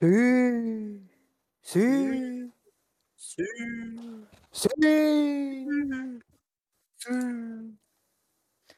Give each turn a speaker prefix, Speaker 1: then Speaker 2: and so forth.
Speaker 1: 嘘，嘘，
Speaker 2: 嘘
Speaker 1: 嘘。
Speaker 2: 嘘。